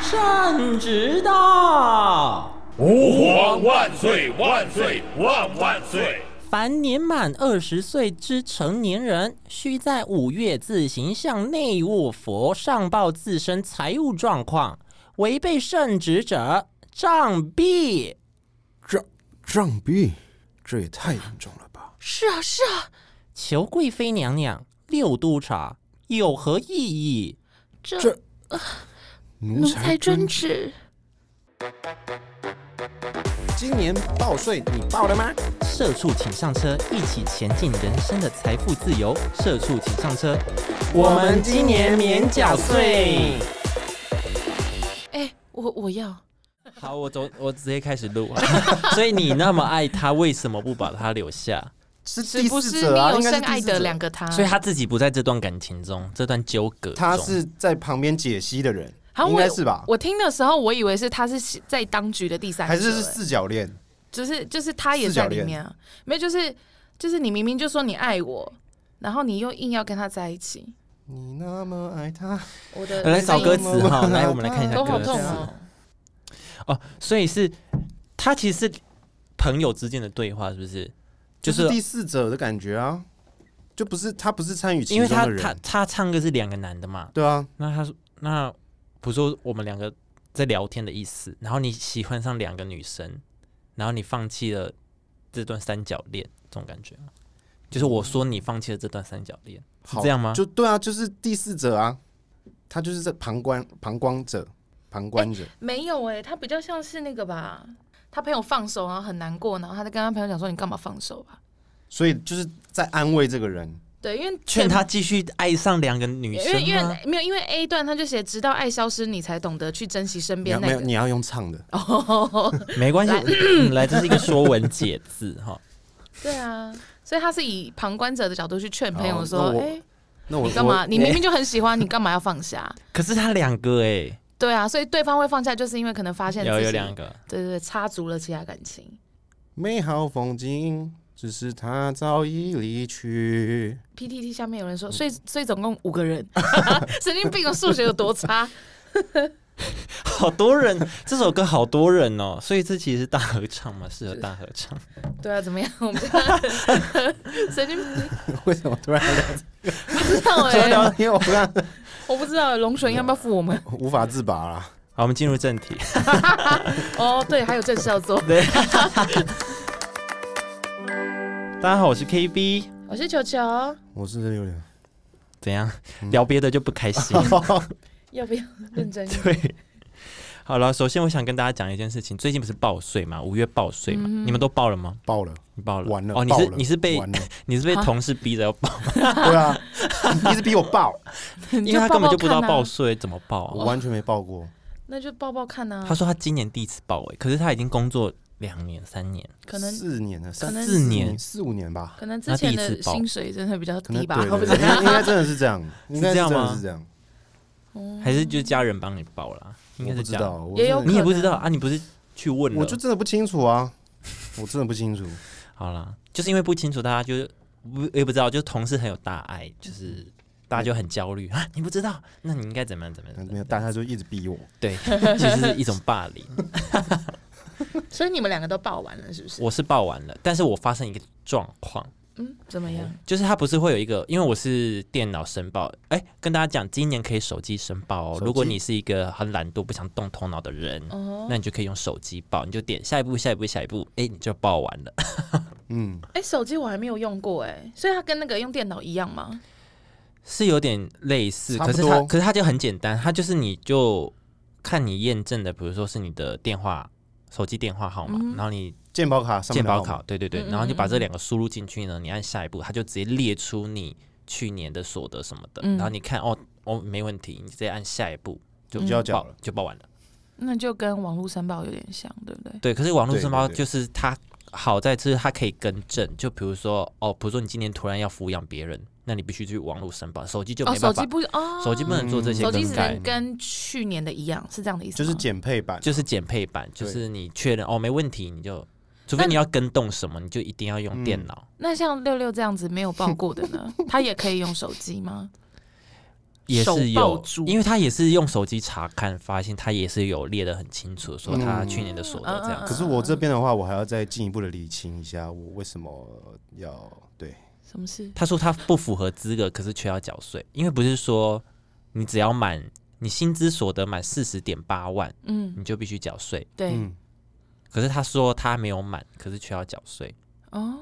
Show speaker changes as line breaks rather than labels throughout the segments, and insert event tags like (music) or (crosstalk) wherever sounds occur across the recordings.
善之道。
吾皇万岁万岁万万岁！
凡年满二十岁之成年人，需在五月自行向内务佛上报自身财务状况，违背圣旨者，杖毙。
杖杖毙，这也太严重了吧！
是啊，是啊，
求贵妃娘娘，六督察有何异议？
这
这
奴
奴
才
才
遵
真
旨。
今年报税你报了吗？
社畜请上车，一起前进人生的财富自由。社畜请上车，我
们今年免缴税。
哎、我我要
(laughs) 好，我走，我直接开始录。 (laughs) 所以你那么爱他，为什么不把他留
啊
下？
是第
是不
四
是
者
你
啊，
有
应该
深
是第
爱
四
的
者
两个他？
所以他自己不在这段感情中，这段纠葛中。
他是在旁边解析的人，
好像
应
我
该是吧？
我听的时候，我以为是他是在当局的第三者，
还是是
哎
四角恋？
就是就是他也在里面、啊，没有就是就是你明明就说你爱我，然后你又硬要跟他在一起，
你那么爱他，
我的
呃来找啊歌词哈，
嗯
来我们来看一下
都好
歌
痛
词
哦。
哦。所以是他其实是朋友之间的对话，是不是？就
就是
是
第四者的感觉啊，就不是他不是参与其
因为
中
他
的人，
他他唱歌是两个男的嘛，
对啊，
那他说那不是说我们两个在聊天的意思，然后你喜欢上两个女生，然后你放弃了这段三角恋，这种感觉吗就是我说你放弃了这段三角恋，是
好
这样吗？
就对啊，就是第四者啊，他就是在旁观旁观者，旁观者。
没有哎、他比较像是那个吧，他朋友放手然后很难过，然后他在跟他朋友讲说你干嘛放手吧？
所以就是在安慰这个人，
对，因为
劝他继续爱上两个女
因为因
生吗
啊
为？没有，因为 A 段他就写，直到爱消失，你才懂得去珍惜身
你要
边
没
那
有
个。
你要用唱的，
哦，
(laughs) 没关系，嗯来，这是一个说文解字哈。
对啊，所以他是以旁观者的角度去劝朋友
哦
说
那：“我
哎，
那我
你干嘛？
我
你明明就很喜
(laughs)
欢，你干嘛要放下
(laughs) 可是他两个哎、？”
对啊，所以对方会放下，就是因为可能发现
有
自己
有两个，
(laughs) 对对对，插足了其他感情。
美好风景，只是他早已离去。 (laughs)
PTT 下面有
嗯
人说，所以所以总共五个人， (laughs) 神经病的数学有多差？
好多人，这首歌好多人哦，所以这其实是大合唱嘛，适合大合唱。
对啊，怎么样？我们这
(laughs)
样神经病，
为什么突然
不知道
突然
哎、
聊天？啊我突然
我不知道龙神要不要付我们？ (laughs)
无法自拔啦。
好，我们进入正题。
哦，对，还有正事要做。
对，大家好，我是 KB。
我是球球，
我是榴莲，
怎样
嗯
聊别的就不开心？
要
(laughs)
不要认真一点？
对。好了，首先我想跟大家讲一件事情，最近不是报税嘛，五月报税嘛，你们都报了吗？
(laughs) 爆了，
你报了？
完了，
哦，你
爆
是
了
你是被
完了，
你是被同事逼着要报，(laughs)
对啊，你一直逼我爆，
你
因为他根本就不知道
抱抱看啊
报税怎么报啊、
我完全没爆过。
那就抱抱看啊
他。说他今年第一次报哎、可是他已经工作两年三年，
可能
四年了，
可
三
能
四年
四五年吧，
可能之
他
前
第
的
一次抱
薪水真的比较
可能对
低吧，
对
我不
对
知道。
应该应该真的是这样，应该
(laughs) 是这样
真
吗
的是这样，
还是就家人帮你报啦？应该
我
是
不知
这样。
道，我
也有
真的
你也不知道啊？你不是去问了？
我就真的不清楚啊，我真的不清楚。
好啦，就是因为不清楚，大家就是不也不知道，就是同事很有大爱，就是大家就很焦虑啊，你不知道，那你应该怎么样怎么样？怎么样
没有，大家就一直逼我，
对，其实是一种霸凌。
(laughs) 所以你们两个都报完了，是不是？
我是报完了，但是我发生一个状况，
嗯，怎么样？
就是它不是会有一个，因为我是电脑申报，哎、跟大家讲，今年可以手机申报哦。
手机
如果你是一个很懒惰、不想动头脑的人，
哦，
那你就可以用手机报，你就点下一步、下一步、下一步，哎、你就报完了。
嗯，
哎，手机我还没有用过哎，所以它跟那个用电脑一样吗？
是有点类似，
差
可
不
是它
多
可是它就很简单，它就是你就看你验证的，比如说是你的电话、手机电话号码，然后你
健保卡上
健
面的
保
号码
卡，对对对
嗯，嗯
然后就把这两个输入进去呢，你按下一步，它就直接列出你去年的所得什么的，
嗯
然后你看哦哦没问题，你直接按下一步就
嗯
就要缴
报
了
就报完了。
那就跟网络申报有点像，对不对？
对，可是网络
对
申报
对对
就是它好在就是它可以更正，就比如说哦，比如说你今年突然要抚养别人，那你必须去网络申报，手机就
哦，
没
手
办
机
法。
不哦，
手机不能做这些
手
更
机只
改
能，跟去年的一样，是这样的意思
就
吗？
是减配版，
就是减配版，就
对
是你确认哦没问题，你就除非
那
你要跟动什么，你就一定要用
嗯
电脑。 (laughs)
那像六六这样子没有报过的呢，他也可以用手机吗？
也是
手
有
爆竹，
因为他也是用手机查看，发现他也是有列得很清楚，说他去年的所得这样
嗯嗯
子。
嗯
可是我这边的话，我还要再进一步的理清一下，我为什么要对
什么事？
他说他不符合资格，可是却要缴税，因为不是说你只要满你薪资所得满四十点八万，
嗯，
你就必须缴税。
对，
嗯，
可是他说他没有满，可是却要缴税。
哦，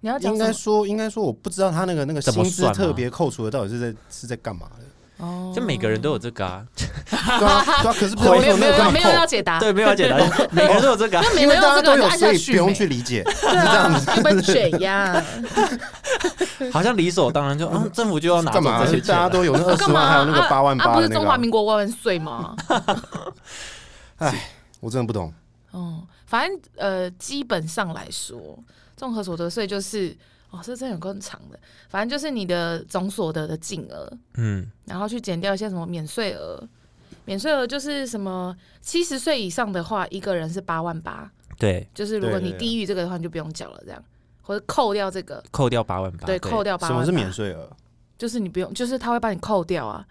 你要讲
应
什
该
么
说应该说，我不知道他那个那个
怎么
薪资
算吗
特别扣除的到底是在是在干嘛
(laughs)
的，
哦，
就每个人都有这个啊，
对啊，对啊，可是不知道
没
为什
有
么那
没
个
有
干
没
嘛
有要
扣，
解答，
对，没有很简单， (laughs) 每个人都有这个、啊。
那每
(laughs) 因为
个人
大家
这个
都有，
按
所
下
以
去
不用
没
去理解，
对啊， (laughs) 你们卷呀，
好像理所当然就，嗯，政府就要拿
(laughs) 干
走
嘛？
这些
大
钱
家
啊。
都有那二
干
十
嘛
万，还有那个
啊
八万
啊，
八
不
的
是
那
中华
个，
民国万万岁吗？ (laughs)
我真的不懂。
哦，反正呃，基本上来说，综合所得税就是哦，这真的有更长的，反正就是你的总所得的净额，
嗯，
然后去减掉一些什么免税额。免税额就是什么？七十岁以上的话，一个人是八万八，
对，
就是如果
对
你
对对
低于这个的话，你就不用缴了，这样或者扣掉这个，
扣掉八万八，
对，扣掉
啊
八
什
万。
么是免？税
(laughs)
额？
就是你不用，就是他会帮你扣掉啊。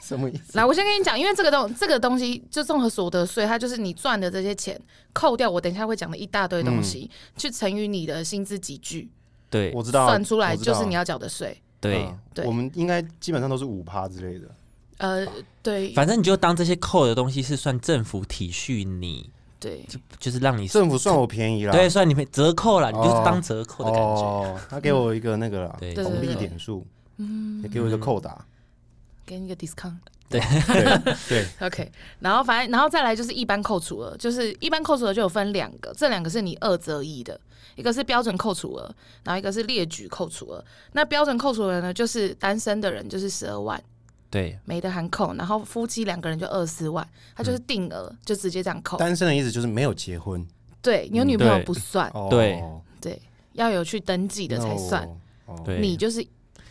什么意思？
来，我先跟你讲，因为这个东这个东西就综合所得税，它就是你赚的这些钱扣掉我等一下会讲的一大堆
嗯
东西，去乘以你的薪资集聚，
对
我知道，
算出来
我知道啊
就是你要缴的税。
对
嗯，
对
我们应该基本上都是五趴之类的。
呃，对
反正你就当这些扣的东西是算政府体恤你，
对，
就是让你
政府算我便宜啦，
对，算你们折扣了，你就是
哦
当折扣的感觉。
哦，他给我一个那个啦，
对
红
嗯对对
利
对嗯
点数，也给我一个扣打。
给你一个 discount。 (laughs) 嗯
对对，
OK，然后反正然后再来就是一般扣除额，就是一般扣除额就有分两个，这两个是你二择一的，一个是标准扣除额，然后一个是列举扣除额。那标准扣除额呢，就是单身的人就是十二万，
对，
没得含扣，然后夫妻两个人就二十四万，它就是定额，就直接这样扣。
单身的意思就是没有结婚，
对，有女
嗯
朋友
对
不算，
哦
对
对，要有去登记的才算。。
那我哦
对，
你就是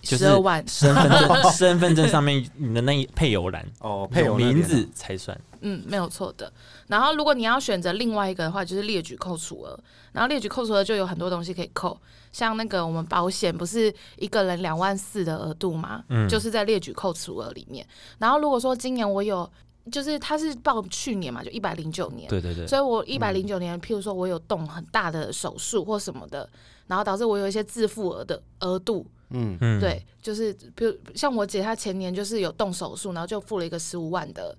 就
十
是
二万，
身份
(laughs)
证身份证上面你的那一配偶栏
哦，配偶那边
名字才算。
嗯，没有错的。然后如果你要选择另外一个的话，就是列举扣除额。然后列举扣除额就有很多东西可以扣，像那个我们保险不是一个人两万四的额度吗？
嗯
就是在列举扣除额里面。然后如果说今年我有，就是它是报去年嘛，就一百零九年。
对对嗯对，
所以我一百零九年，譬如说我有动很大的手术或什么的，然后导致我有一些自付额的额度，
嗯，
嗯，
对，就是比如像我姐她前年就是有动手术，然后就付了一个十五万的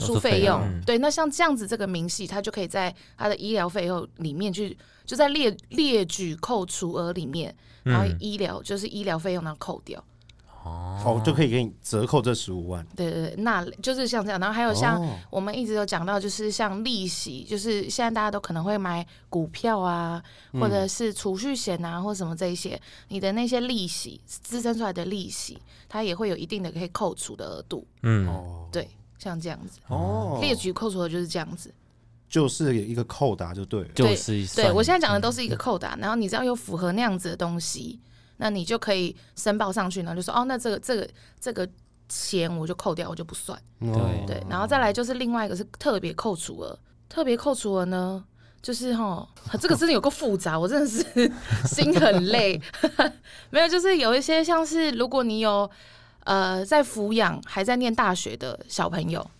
手
术
术
费
费
用。
用嗯
对，那像这样子这个明细，她就可以在她的医疗费用里面去，就在列列举扣除额里面，然后
嗯
医疗、就是医疗费用然后扣掉。嗯
哦，就可以给你折扣这十五万。
对对对，那就是像这样，然后还有像。
哦
我们一直有讲到，就是像利息，就是现在大家都可能会买股票啊，或
嗯
者是储蓄险啊，或什么这一些，你的那些利息滋生出来的利息，它也会有一定的可以扣除的额度。
嗯，
哦
对，像这样子，
哦，
列举扣除的就是这样子。
就是有一个扣打就对了。
就是
对
算
我现在讲
嗯
的都是一个扣打，然后你只要有符合那样子的东西，那你就可以申报上去，然后就说哦，那这个这个这个钱我就扣掉，我就不算。
哦
对，然后再来就是另外一个是特别扣除额，特别扣除额呢，就是哈，这个真的有个复杂，我真的是 (laughs) 心很累。 (laughs) 没有，就是有一些像是如果你有呃在抚养还在念大学的小朋友，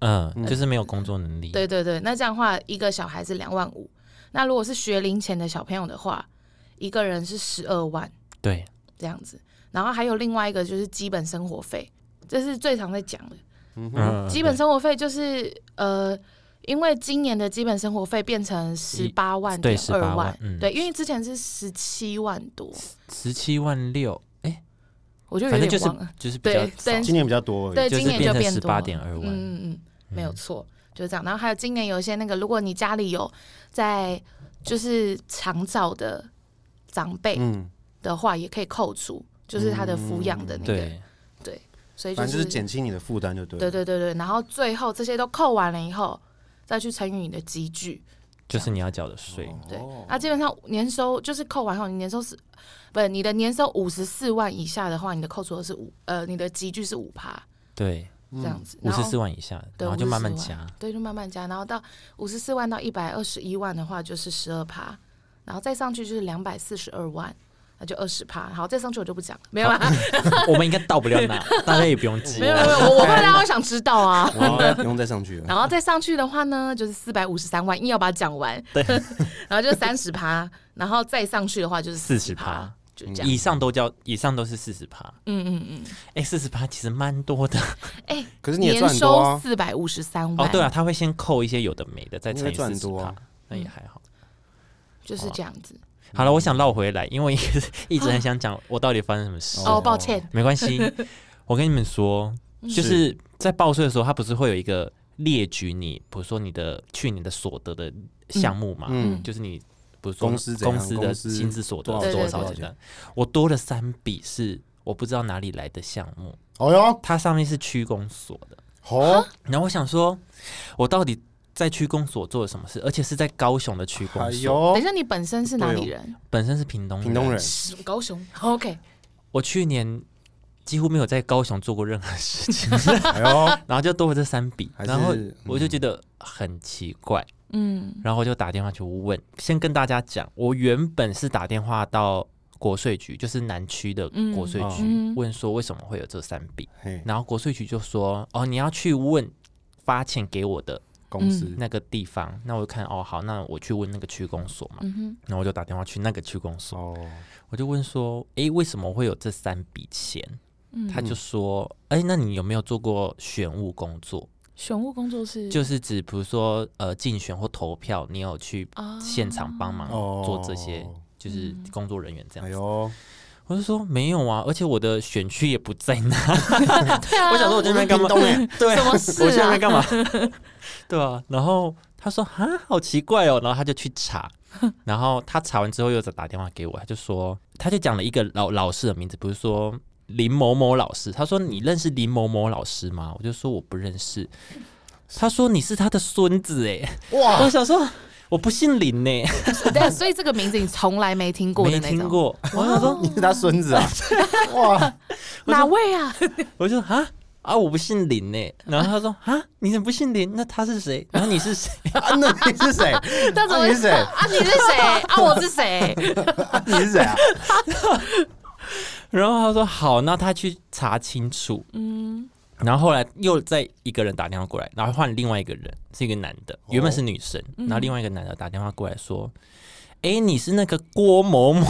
嗯，就是没有工作能力。
对对对，那这样的话一个小孩是两万五，那如果是学龄前的小朋友的话，一个人是十二万
对，
这样子。然后还有另外一个就是基本生活费，这是最常在讲的。
嗯，
基本生活费就是呃，因为今年的基本生活费变成十八万
对
点二
18万嗯
对，因为之前是十七万多，
十七万六，哎，
我就有
反正
点
就是
忘了。
就是比较
对
少
但
今年比较多而已，
对，
就是
今年
变成
变
18
多了，
2万
嗯嗯嗯，没有错，就是这样。然后还有今年有一些那个，如果你家里有在就是长照的长辈
嗯，
的话，也可以扣除，就是他的抚养的那个，
嗯对，
所以
反正就是是减轻你的负担就对了。
对对对对。然后最后这些都扣完了以后，再去乘以你的积聚，
就是你要缴的税。
哦
对，啊，基本上年收就是扣完后，你年收是，不是你的年收五十四万以下的话，你的扣除额是五，呃，你的集聚是五趴
对，
这样子，
五
然
十
后
四万以下，
对
然后就慢慢
54
加
万。对，就慢慢加，然后到五十四万到一百二十一万的话就是十二趴，然后再上去就是两百四十二万，那那就二十趴。好，再上去我就不讲了，没有啦，
(laughs) 我们应该到不了哪，大家也不用急
(laughs)
啊
没。有没啊有，没有我我怕大家会想知道啊。
我应该不用再上去
(laughs)
了。
然后再上去的话呢，就是四百五十三万，硬要把它讲完。
对，
(laughs) 然后就三十趴，然后再上去的话就是
40%
趴，就这样。
以上都叫，以上都是四十趴。
嗯嗯嗯，
哎，四十趴其实蛮多的
哎、
可是你也
年
赚很多
收
啊，
四百五十三万、
哦。对啊，他会先扣一些有的没的，再乘以
应该赚
四
很
十
多
趴
啊，
那
嗯
也还好。
就是这样子。
好了，我想绕回来，因为我一直一直很想讲我到底发生什么事。
哦，抱歉，
没关系，我跟你们说，就是在报税的时候，它不是会有一个列举你，比如说你的去年的所得的项目嘛，
嗯
就是你比如说
公司怎样
公司的
公司
薪资所得
多
少
多
多
少
少
钱的，我多了三笔是我不知道哪里来的项目，
哦哟，
它上面是区公所的，
哦，
然后我想说，我到底在区公所做了什么事，而且是在高雄的区
哎
公所，
呦
等一，下，你本身是哪里人？
本身是屏东
屏东
(laughs)
人，
是高雄。OK，
我去年几乎没有在高雄做过任何事情。
哎呦，
然后就多了这三笔，
还是嗯
然后我就觉得很奇怪，
嗯
然后我就打电话去问。先跟大家讲，我原本是打电话到国税局，就是南区的国税
哦
局，
嗯嗯
问说为什么会有这三笔，
嘿，
然后国税局就说，哦，你要去问发钱给我的
公司
嗯
那个地方。那我就看，哦，好，那我去问那个区公所嘛。
嗯哼，
然后我就打电话去那个区公所，
哦，
我就问说，诶，为什么会有这三笔钱？
嗯
他就说，诶，那你有没有做过选务工作？
选务工作室
就是指，比如说呃竞选或投票，你有去
啊
现场帮忙
哦
做这些，就是
嗯
工作人员这样
哎
子。
呦，
我就说没有啊，而且我的选区也不在那。
对啊，
我想说我这边干
(laughs)
嘛？
哎
(laughs) 对啊，
什么事啊
我这边干嘛？
(laughs)
对啊，然后他说啊，好奇怪哦，然后他就去
(laughs)
查，然后他查完之后又打电话给我，他就说，他就讲了一个老老师的名字，比如说林某某老师，他说你认识林某某老师吗？我就说我不认识。他说你是他的孙子哎，我
哦
哇，
想说，我不姓林呢、
对，所以这个名字你从来没听过的
没
那种，
听过。我想说，
你是他孙子
(laughs)
啊？哇，
哪位啊？
我就啊啊，我不姓林呢、然后他说啊，你怎么不姓林？那他是谁？然后你是谁？
啊那你是谁？
(laughs) 他怎
啊
么
(laughs) 你是谁？
啊？你是谁？啊，我是谁？
(laughs)
啊你是谁啊？
然后他说好，那他去查清楚。
嗯，
然后后来又再一个人打电话过来，然后换另外一个人，是一个男的，原本是女生，
嗯
然后另外一个男的打电话过来说。哎，你是那个郭某某？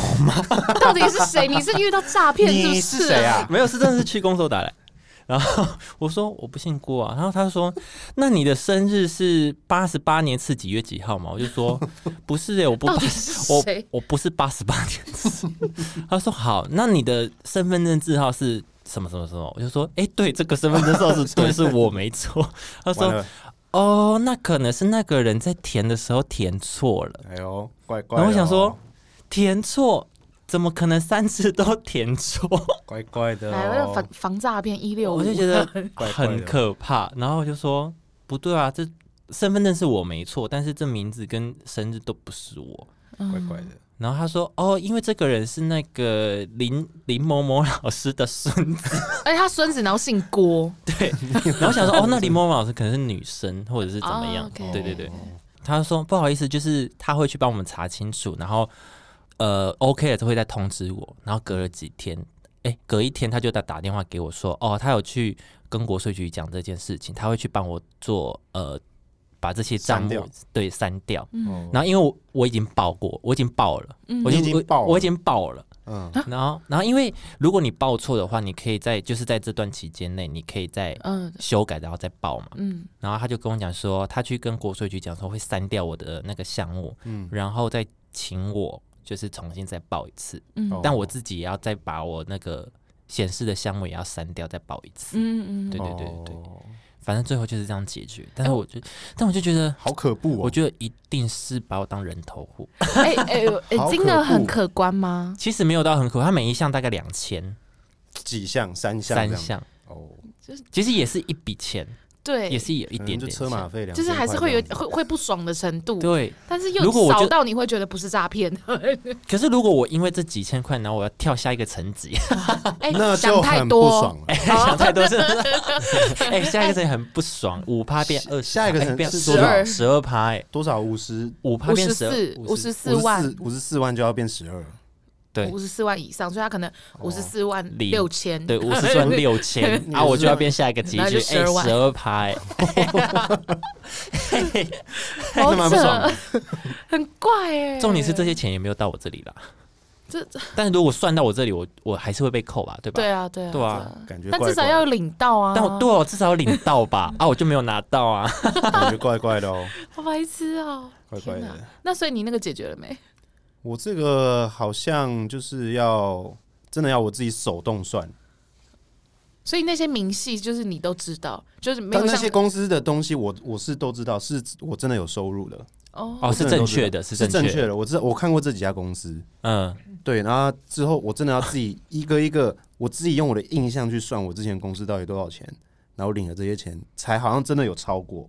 到底是谁？你是遇到诈骗是不
你是谁？
(laughs)
啊？
没有，是真的是去公所打来。 (laughs) 然后我说我不姓郭啊，然后他说那你的生日是八十八年次几月几号嘛？我就说不是哎、我不
到底是
我
谁
我不是八十八年次。 (laughs) 他说好，那你的身份证字号是什么什么什么？我就说哎、对，这个身份证字号
(laughs)
是对，是我没错。他
完
说
了，
哦，那可能是那个人在填的时候填错了。
哎呦，怪怪。
然后我想说，填错怎么可能三次都填错？
怪怪的
来了
哦
防，防诈骗一六五，
我就觉
(laughs)
得
怪怪的
很可怕。然后我就说不对啊，这身份证是我没错，但是这名字跟生日都不是我。
怪怪的。
然后他说哦，因为这个人是那个林林某某老师的孙子，
而哎且他孙子然后姓郭，
对。 (laughs) 然后想说哦，那林某某老师可能是女生或者是怎么样
哦，OK
对对对。他说不好意思，就是他会去帮我们查清楚，然后呃 OK 了就会再通知我。然后隔了几天，哎、隔一天他就打打电话给我说，哦，他有去跟国税局讲这件事情，他会去帮我做呃把这些账
删
目
掉
对删掉。
嗯
哦
然后因为我我已经报过，我已经报了，我
你已经报
我
了
我已经报了。
嗯，
啊
然后然后因为如果你报错的话，你可以在就是在这段期间内，你可以再
嗯
修改然后再报嘛。
嗯，
然后他就跟我讲说，他去跟国税局讲说会删掉我的那个项目，
嗯
然后再请我就是重新再报一次，
哦
但我自己也要再把我那个显示的项目也要删掉再报一次。
嗯嗯哎
对对
嗯，
对对对，
哦
反正最后就是这样解决。但是我就，但我就觉得，
好可怖哦！
我觉得一定是把我当人头户。
(laughs) 哎哎哎，
好
金
可
额很
怖
可观吗？
其实没有到很苦，他每一项大概两千
几项三项这
三
样
项，
哦，
其实也是一笔钱，
对，
也是有一
可能
点
就
点
车马
钱。
费两，
就是还是会有会会不爽的程度，
对，
但是又
如果我
少
就
到你会觉得不是诈骗，
(laughs) 可是如果我因为这几千块，然后我要跳下一个层
(laughs)
级，哎
哎，
那
想
就
太
很不
多
爽，了。
想太多真的是， (laughs) 哎、下一个层很不爽，五趴变二十，哎
下一个层
变
是
多少
十二趴，哎，
多少？五十
五趴
五
变
十
十
四五十四
五
万
十四五十四万就要变十二，
对哦
五十四万以上，所以他可能五十四万
零
六千，
对， (laughs) 五十
(laughs)
算六千
(laughs) 你
啊，我就要
是
变下一个级
那
距，
就
哎，
12
十二
(laughs)
拍，
好
蛮不爽
扯
的，
很怪哎、
重点是这些钱也没有到我这里啦。
这
但如果算到我这里，我我还是会被扣吧，对吧？
对啊，对啊，
对啊
感觉
但
怪
至少
怪
要
的，
领到啊，
但我对哦我至少有领到吧？啊，我就没有拿到
(laughs)
啊。
感觉怪怪的哦，
好白痴哦、
怪怪
天
的
哪。那所以你那个解决了没？
我这个好像就是要真的要我自己手动算，
所以那些明细就是你都知道，就是没
但
有
那
像哦
些公司的东西我我是都知道，是我真的有收入的，
哦
哦，是
真的
正
都知道
确的，是
是
正
正
确
确
的。
的。我知我看过这几家公司，
嗯，
对，然后之后我真的要自己一个一个，我自己用我的印象去算我之前公司到底多少钱，然后领了这些钱，才好像真的有超过，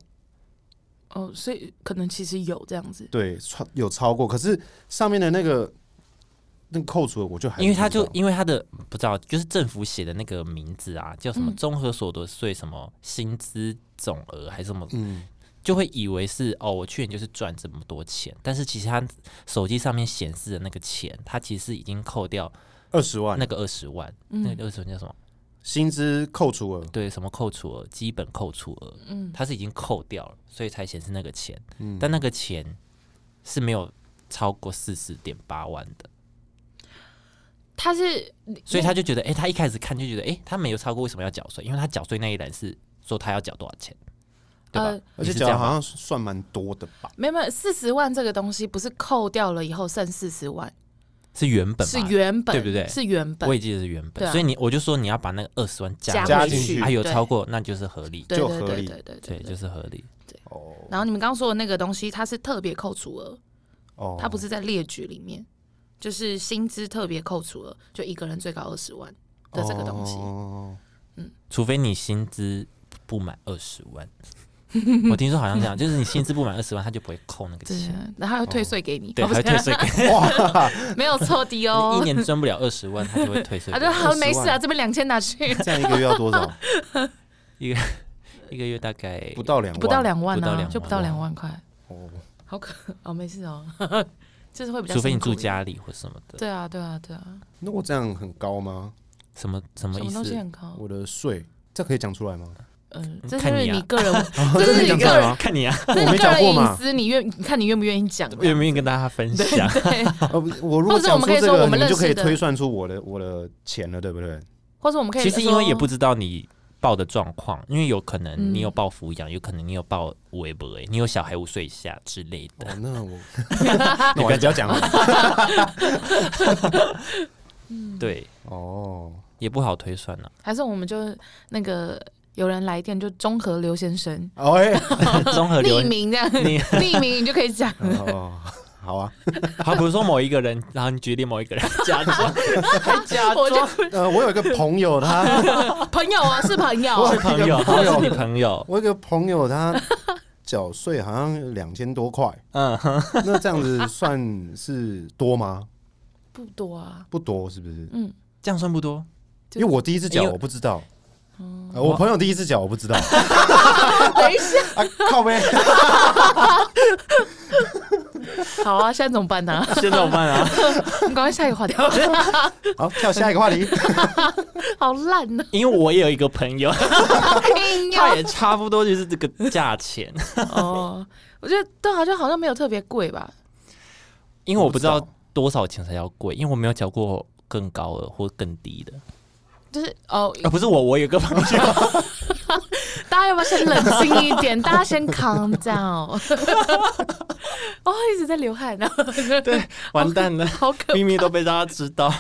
哦，所以可能其实有这样子，
对，超有超过。可是上面的那个那个扣除的，我就还
因为他
不知
就
道
因为他的不知道，就是政府写的那个名字啊，叫什么
嗯
综合所得税什么薪资总额还是什么，
嗯，
就会以为是哦，我去年就是赚这么多钱，但是其实他手机上面显示的那个钱，他其实已经扣掉
二十万
那个二十万，
嗯
那个二十万叫什么？
薪资扣除额，
对，什么扣除额、基本扣除额，
嗯，
它是已经扣掉了，所以才显示那个钱。
嗯
但那个钱是没有超过四十点八万的，
他是
所以他就觉得，哎、他一开始看就觉得，哎、他没有超过，为什么要缴税？因为他缴税那一栏是说他要缴多少钱，对吧？
呃
而
你
且
是这样
讲
吗
好像算蛮多的吧。
没有没有四十万这个东西，不是扣掉了以后剩四十万，
是原本
是
吧
原本
对不对
是原本
我，也记得是原本，
对啊
所以你我就说你要把那个二十万加
加
回
进去
还、啊、有
对
超过那就是合理，
对
就
对
合
对
理
对对
对，就是合理。
哦
然后你们刚刚说的那个东西，它是特别扣除额，
哦，
它不是在列举里面，就是薪资特别扣除额，就一个人最高二十万的这个东西。
哦
除非你薪资不满二十万。 (laughs) 我听说好像这样，就是你薪资不满二十万，他就不会扣那个
对
钱，，
然后还会退税给你，
对，
哦不
还
是
会退税给你。
没有错
(laughs)
的
你一
(laughs) 哦。
年赚不了二十万，他就会退税
啊，
给
对，
你。
好，没事
20
啊，
万
这边两千拿去，
这样一个月要多少？
一个月大概
不到两万，
(laughs) 不到两万
不到两
啊，
万
就不到两万块，
哦，
好可哦，没事哦， (laughs) 就是会比较辛苦一点，
除非你住家里或什么的，
对啊，对啊，对啊，
那我这样很高吗？
什么什么
什
意
么东西
思？
很高？
我的税，这可以讲出来
(laughs)
吗？
嗯，
嗯
这就
看
是
你啊
你个人，
(laughs)
这
这
是
可以
你
讲出
个
来
人
吗，？
看你啊，
这是
我
你
没
个
讲
人
过
隐
嘛
私，你愿你看你愿不愿意讲？
愿不愿意跟大家分享？
对，
呃，不我如果
或者
讲
我们
出
可以
这
说我
个，
们
你们就
认识
可以
的
推算出我的我的钱了，对不对？
或者我们可以
其实因为
说
也不知道你报的状况，因为有可能你
嗯
有报抚养，有可能你有报微博，你有小孩五岁以下之类的。
哦，那
(laughs)
我那我还不要讲了。
嗯
对，
(laughs) 哦，
也不好推
(laughs)
算呢。
还是我们就那个有人来电就综合刘先生
哦哎，
综合留
匿名这样，
你
匿名你就可以讲。
哦，好
(laughs)
啊。
好，比如说某一个人，然后你决定某一个人假装，
(laughs)
还 (laughs) 假
我就
装
呃，我有一个朋友，他
朋友啊，是朋友，
是朋友，好是你朋友，
我有一个朋友，他缴税好像两千多块，
嗯，
那这样子算是多吗？
不多啊。
不多，是不是？
这样算不多。
因为我第一次缴，
因为
我不知道。
哦
呃我朋友第一次缴，我不
(laughs)
知道。
等一下，
啊，靠呗。
好啊，现在怎么办呢、 (laughs)
现在怎么办啊？
我们赶快下一个话题，
好，跳下一个话
(laughs)
题。
好烂呢、哦
因为我也有一个朋
(laughs)
友，
硬
他
要
也差不多就是这个价钱，
哦，我觉得对啊，就好像没有特别贵吧。
因为我不知道多少钱才叫贵，因为我没有缴过更高额或更低的。
嗯就是哦，
啊，不是我，我有个
(laughs)
朋友，
大家要不要先冷静一
(laughs)
点？大家先 calm down。哦，一直在流汗呢、对，
完蛋了，
(laughs) 好
(laughs)
可
秘密都被大家知道。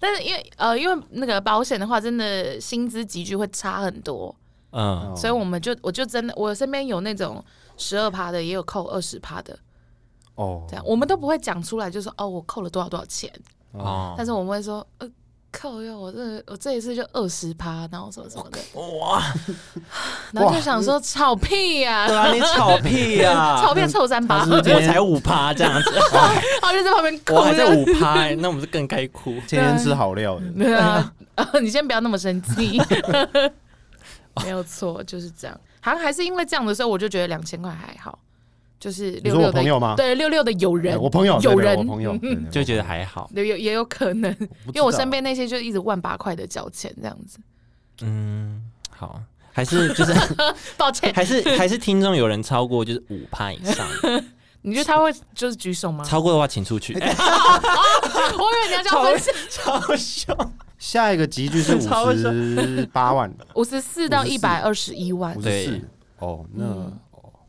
但是因为呃，因为那个保险的话，真的薪资集聚会差很多，
嗯，
所以我们就我就真的我身边有那种十二趴的，也有扣二十趴的，
哦
这，样我们都不会讲出来，就说哦，我扣了多少多少钱，
哦，
但是我们会说呃。扣哟！我这我这一次就二十趴，然后什么什么的，
哇，
然后就想说吵屁呀、
对啊，你 (laughs) 吵屁呀，
吵屁臭三八，
啊他是
(laughs)
我才五趴这样子， (laughs)
然后就在旁边哭
我还在
着。
五趴，欸那我们是更该哭。
天天吃好料的。(laughs)
对啊， (laughs) 你先不要那么生气。没有错，就是这样。好像还是因为这样的时候，我就觉得两千块还好，就是
你
六
说我
六
朋
的，
友吗？
对六六的友
哎
人，
我朋友，对
有
对
人
我朋友
(laughs)
对对
(laughs) 就觉得
我
还好。
有有也有可能，
不知
因为我
道
身边那些就一直万八块的交钱这样子。
嗯，好，还是 (laughs) 就是
抱歉，
还是还是听众有人超过就是五趴以 (laughs) 上，
你觉得他会就是举手吗？
超过的话请出 (laughs) 去。哎
(laughs) 我以为你要这样分享，
超凶！
下一个集
(laughs)
距是
超
五
笑
十八万，
五十四到一百二十一万
五，十
对
四。哦，那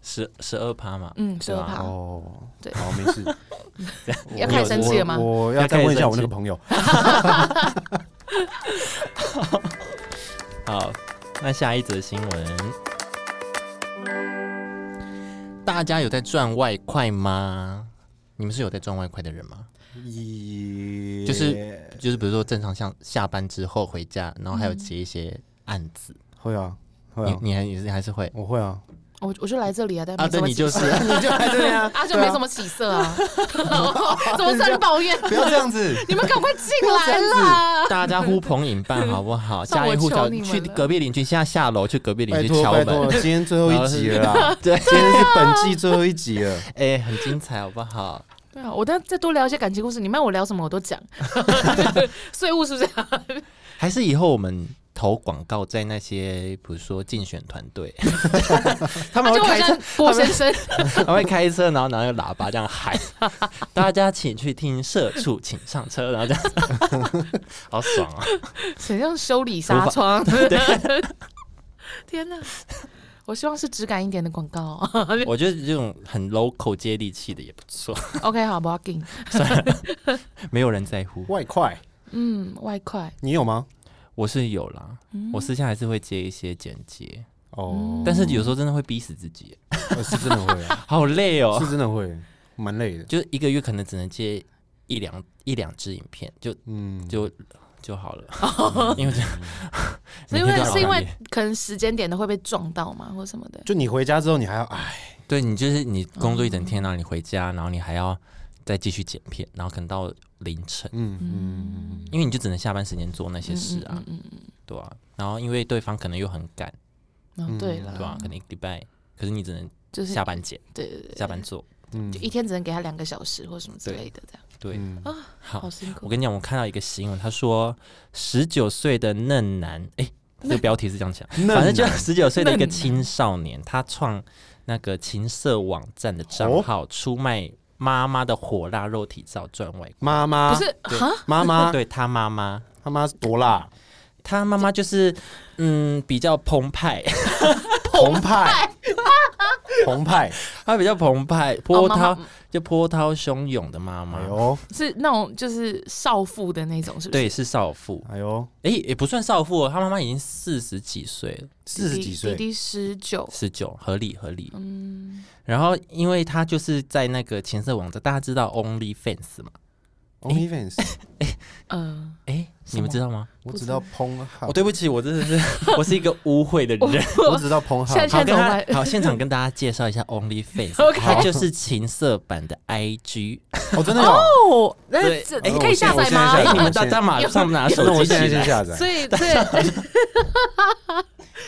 十十二趴嘛，
嗯，十二
对
趴，
哦，
对
好，没事。
(laughs) 要开始生气了吗？
我我要再问一下我那个朋
(laughs)
友，
好，那下一则新闻，大家有在赚外快吗？你们是有在赚外快的人吗？
咦
就是就是比如说正常像下班之后回家，然后
嗯
还有接一些案子，
会啊，会啊，
你你还你是还是会
我会啊，
我我就来这里啊，但
啊？
没什
对，
么
你
起
就是
色
你就来这边啊，
啊，就
对
没什么起色啊，怎么突然抱怨？
(laughs) 不要这样子，
你们赶快进来
(laughs)
啦！
大家呼朋引伴好不
(laughs)
好？
算
家
我
喻户
求
晓，
你们
去
了
隔壁邻居现在下楼去隔壁邻
拜
居
托
敲
拜托，
门，
今天最后一集了
(laughs)
啦，
对，
今天是本季最后一集了，
哎，很精彩好不好？
对啊，我再再多聊一些感情故事，你们要我聊什么我都讲。 (laughs) 税务是不是？
还是以后我们投广告在那些，比如说竞选团队， (laughs) 他们
他
会
就
开
会
车
像，郭先生，
他们会开车，然后拿那个喇叭这样喊， (laughs) 大家请去听社畜，请上车，然后这样子， (laughs) 好爽啊！
(laughs) 很像修理纱
(laughs)
窗。 (laughs) 天哪！我希望是质感一点的广告。哦
我觉得这种很 local 接地气的也不错，
OK，好，不要紧。
没有人在乎。
外快，
嗯，外快。
你有吗？
我是有啦，
嗯
我私下还是会接一些剪接，
哦，
但是有时候真的会逼死自己，
呃是真的会
(laughs)
啊，
好累哦、
是真的会，蛮累的，
就是一个月可能只能接一两一两支影片，就
嗯，
就就好
(laughs)
了，
哦
因为这
是
每
因为
天都要
是因
熬
为嗯
夜
可能时间点都会被撞到嘛，或什么的。
就你回家之后，你还要哎，
对你就是你工作一整天，然后你回家，然后你还要再继续剪片，然后可能到凌晨，
嗯嗯，
因为你就只能下班时间做那些事啊，对啊，然后因为对方可能又很赶，
嗯，对了，
对吧、可能一个礼拜，可是你只能
就是
下班剪，
对对对，
下班做，
嗯
就一天只能给他两个小时或什么之类的，这样
对，好
好。辛苦
我。跟你讲，我看到一个新闻，他说十九岁的嫩男，哎、这个标题是这样
(laughs)
讲，
啊
反正就十九岁的一个青少年，他创那个情色网站的
哦
账号，出卖妈妈的火辣肉体照赚外快。
妈妈
不是哈，
妈妈，
(laughs) 对他妈妈，
他妈多辣，
他妈妈就是嗯比较澎湃， (laughs)
澎湃，澎湃，
她比较澎湃，波
妈妈
涛就波涛汹涌的妈妈
哦哎。
(laughs)
呦
是那种就是少妇的那种，是不是？
对，是少妇，
哎呦，
哎、也不算少妇哦，她妈妈已经四十几岁了，
四十
弟
几
弟
岁
弟，弟十九，
十九，合理合理。嗯，然后因为他就是在那个情色网站，大家知道 OnlyFans 嘛？
OnlyFans，
嗯，
哎，你哎们知道吗？
我只知道 p o n
我、哦对不起，我真的 (laughs) 是我是一个污秽的人。
我只知道 p o n
(laughs) 现在
好，
现在
跟
怎么
他
办？
好，现场跟大家介
(laughs)
绍一下 OnlyFans，
OK
它就是情色版的 IG。
哦，真的有，
哦，那
对
这
哎
可以下载
我
哎
现在，
吗？ (laughs)
你们大
我现
家马上拿手
那我
机
现在
起
先
来。
下载。
(laughs)
所以对 (laughs)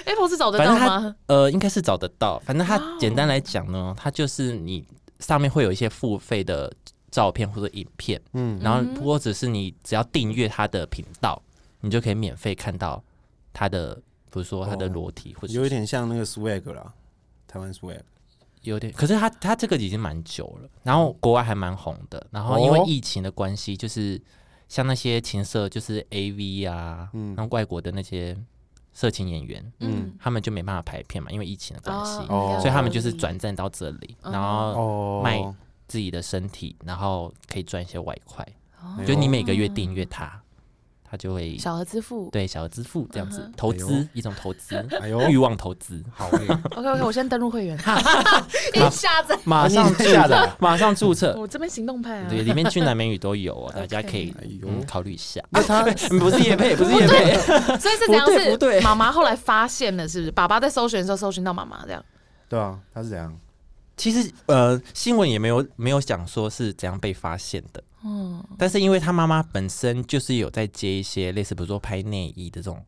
，Apple 是找得
反
到
正它
吗？哦
呃，应该是找得到。反正它简单来讲呢，它就是你上面会有一些付费的照片或者影片，
嗯
然后不过只是你只要订阅它的频道，你就可以免费看到它的，比如说它的
哦
裸体，或者
有一
是
点像那个 swag 啦，台湾 swag。
有点。可是它它这个已经蛮久了，然后国外还蛮红的，然后因
哦
为疫情的关系，就是像那些情色，就是 A V 啊，
嗯
然后外国的那些色情演员，
嗯，
他们就没办法拍片嘛，因为疫情的关系。
哦
所以他们就是转战到这里，然后
哦
卖自己的身体，然后可以赚一些外快。
哎呦
就你每个月订阅它，它就会
小额支付。
对小额支付这样子投
哎
资
呦
一种投资，
哎呦
欲望投资，
好欸， (laughs)
OK OK，我先登录会员， (laughs) 一下载。
(laughs) 马
上
上
注册
马上注册。
我这边行动派啊，
对，
(laughs)
里面俊男美女都有哦，大家可以
哎呦
嗯考虑一下。那他不是叶配，不是叶配，
所以是怎样？
不对不对
是妈妈后来发现了，是不是？爸爸在搜寻的时候搜寻到妈妈这样。
对啊，他是怎样？
(laughs) 其实呃，新闻也没有没有讲说是怎样被发现的，
嗯，
但是因为他妈妈本身就是有在接一些类似，比如说拍内衣的这种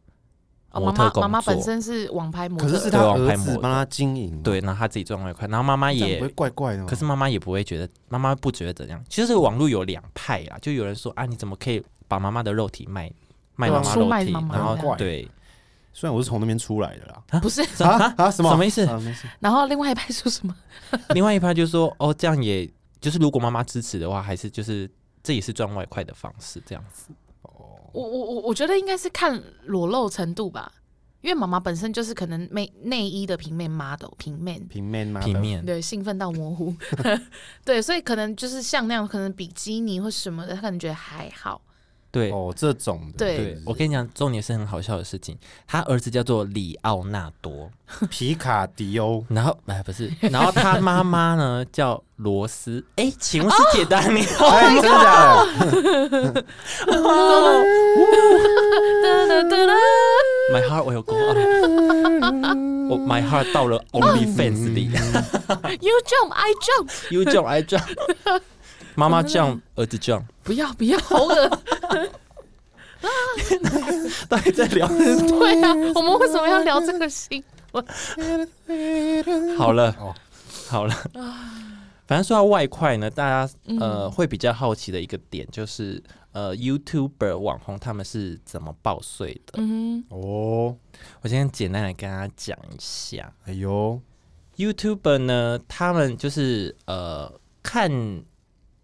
哦，
模
妈
特
妈
工
妈妈本
作
身是网拍模特，
可是是
对
他
网拍
儿
模
子
特
帮他经营，，
对，然后他自己赚外快，然后妈妈
这样不
也
嗯
会，怪怪的吗？
可是妈妈也不会觉得，妈妈不觉得怎样。其实网络有两派啦，就有人说啊，你怎么可以把妈妈的肉体卖卖
对
妈
啊
妈
出
肉
卖
体？
妈妈
然
这样
后对
虽然我是从那边出来的啦，
不是？
什啊
(laughs) 啊什么
什么意思？
啊没事，
然后另外一派说什么？
另外一派就说哦，这样也就是如果妈妈支持的话，还是就是这也是赚外快的方式，这样
啊
子。
我我我我觉得应该是看裸露程度吧，因为妈妈本身就是可能内内衣的平面 model 平面，
平面吗？
平面
对，兴奋到模糊， (laughs) 对，所以可能就是像那样，可能比基尼或什么的，她可能觉得还好。
对
哦，这种的，
对
对，我跟你讲，重点是很好笑的事情，他儿子叫做里奥纳多，
皮卡
(laughs)
迪欧，
然后哎不是，然后他妈妈呢叫罗斯，哎，请问是姐丹尼吗？
哎，真的假的？
哒哒哒哒
(laughs) My heart will go on 。 (laughs) 我 My heart 到了 OnlyFans 里
You jump, I
(laughs)
jump，
，You jump I jump，妈妈 jump，儿子 jump，
不要不要，好
(laughs)
恶。
到底在 (laughs) 聊什么？
对啊，我们为什么要聊这个新
(laughs)
闻？
好了
哦，
好了，反正说到外快呢，大家呃会比较好奇的一个点就是呃 YouTuber 网红他们是怎么报税的？
嗯
哦，
我先简单来跟大家讲一下
哎呦，
YouTuber 呢，他们就是呃看，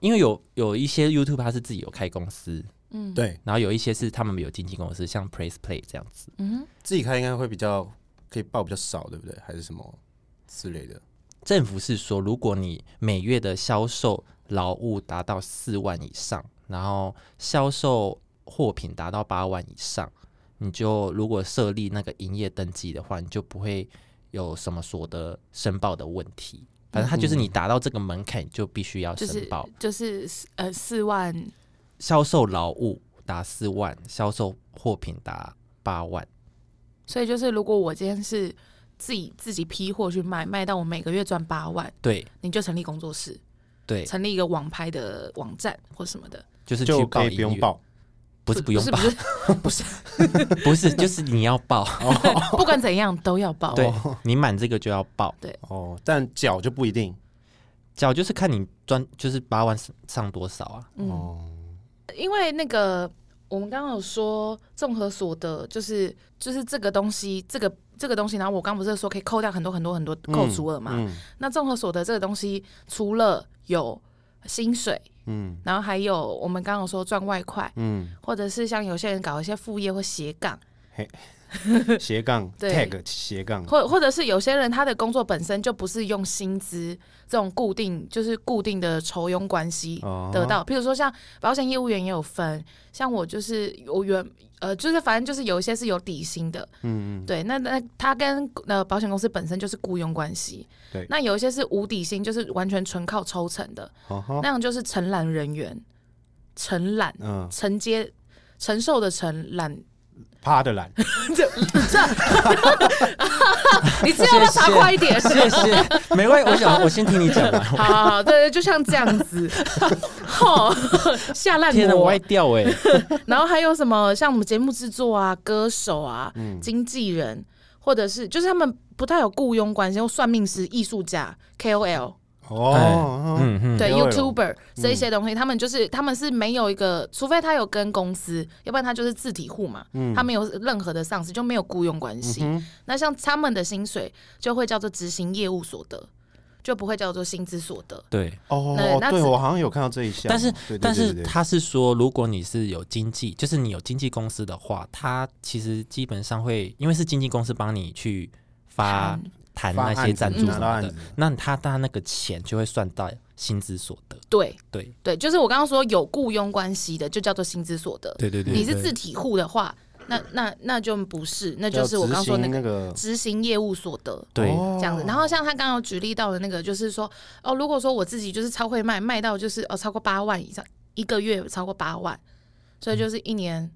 因为有有一些 YouTuber 他是自己有开公司，
嗯
对
然后有一些是他们有经纪公司，像 Praise Play 这样子。
嗯，
自己开应该会比较可以报比较少，对不对？还是什么之类的？
政府是说，如果你每月的销售劳务达到四万以上，然后销售货品达到八万以上，你就如果设立那个营业登记的话，你就不会有什么所得申报的问
嗯
题。反正它就是你达到这个门槛，你就必须要
就是
申报。
就是呃四万，
销售劳务达四万，销售货品达八万，
所以就是如果我今天是自己自己批货去卖，卖到我每个月赚八万，
对
你就成立工作室，
对，
成立一个网拍的网站或什么的，
就是去
就
报
可以不
营
用
业，
报，
不是不用
是
报
不，是，
不是就是你要
(laughs)
报。
不管怎样都要报。哦
对你满这个就要报，
哦，但脚就不一定
缴就是看你赚，就是八万上多少
(laughs)
啊？
嗯，
哦。
因为那个我们刚刚有说综合所得，就是就是这个东西，这个这个东西，然后我刚不是说可以扣掉很多很多很多扣除额嘛？
嗯
那综合所得这个东西，除了有薪水，
嗯
然后还有我们刚刚有说赚外快，
嗯，
或者是像有些人搞一些副业或斜杠，
(laughs) 斜杠
对
tag 斜杠，
或或者是有些人他的工作本身就不是用薪资这种固定，就是固定的酬佣关系
哦
得到。譬如说像保险业务员也有分，像我就是我原呃就是反正就是有一些是有底薪的，
嗯嗯
对，那那他跟呃保险公司本身就是雇佣关系，
对
那有一些是无底薪，就是完全纯靠抽成的，
好好
那样就是承揽人员，承揽
哦嗯，
承接承受的承
(laughs)
揽
趴的
(laughs)
懒，
你知道要查快一点。
谢谢，没关系，我想我先听你
(laughs)
讲完。
好好好，对对，就像这样
(laughs)
子，吼，下烂
天哪，
我
歪。掉哎、
然后还有什么像我们节目制作啊、歌手啊、
嗯
经纪人，或者是就是他们不太有雇佣关系，或算命师、艺术家、KOL，
哦，嗯，
嗯嗯，
对
KOL
YouTuber 这一些东西，他们就是他们是没有一个，除非他有跟公司，要不然他就是自体户嘛，
嗯
嗯
他没有任何的上司，就没有雇佣关系。那像他们的薪水就会叫做执行业务所得，就不会叫做薪资所得。
对。
对
哦，
那
对
只
我好像有看到这一项，
但是
对对
但
对
是
对对
他是说，如果你是有经纪，就是你有经纪公司的话，他其实基本上会，因为是经纪公司帮你去发谈
发
那
案嗯
些
子
赞助什
拿到
么
案
的
子，
那他他那个钱就会算到薪资所得。
对
对
对，就是我刚刚说有雇佣关系的，就叫做薪资所得。
对对
你是自体户的话，那那那就不是，那就
要
是我
执
刚刚说
行啊
那个
那个
执行业务所得。
(laughs) 对
哦
这样子，然后像他刚刚有举例到的那个，就是说，哦，如果说我自己就是超会卖，卖到就是哦超过八万以上，一个月超过八万，所以就是一年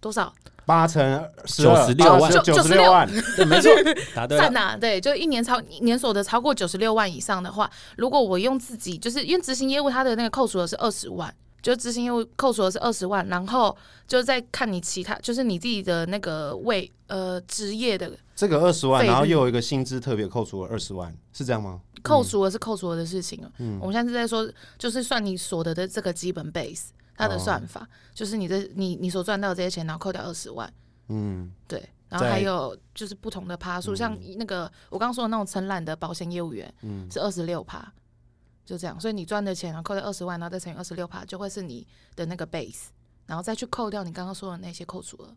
多少
八乘哦
96万
九十六万，
(laughs)
对，没错，答对
赞
了。
呐、啊对，就一年超年所得超过九十六万以上的话，如果我用自己，就是因为执行业务它的那个扣除额是二十万，就执行业务扣除的是二十万，然后就再看你其他，就是你自己的那个位呃职业的
这个二十万，
费率
然后又有一个薪资特别扣除了二十万，是这样吗？
扣除的是扣除的事情哦。我们现在是在说，就是算你所得的这个基本 base，它的算法、就是你这你你所赚到的这些钱，然后扣掉二十万，
嗯，
对。然后
在
还有就是不同的趴数，像那个我刚刚说的那种承揽的保险业务员，
嗯
是二十六趴，就这样。所以你赚的钱，然后扣掉二十万，然后再乘以二十六趴，就会是你的那个 base，然后再去扣掉你刚刚说的那些扣除额。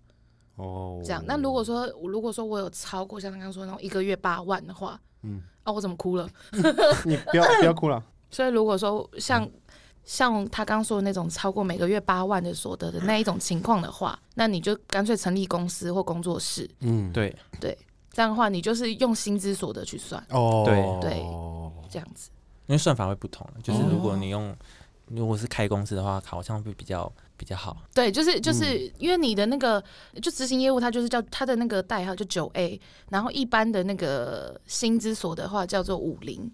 哦，
这样。那如果说如果说我有超过像刚刚说的那种一个月八万的话，嗯，啊，我怎么哭了？
你不要不要哭了，
所以如果说像、像他刚说的那种超过每个月八万的所得的那一种情况的话，那你就干脆成立公司或工作室，
嗯，
对，
对，这样的话你就是用薪资所得去算，
哦，
对
对这样子。
因为算法会不同，就是
哦
如果你用、如果是开公司的话，好像会比较比较好。
对，就是就是、因为你的那个就执行业务，它就是叫它的那个代号就九 A，然后一般的那个薪资所得的话叫做五零，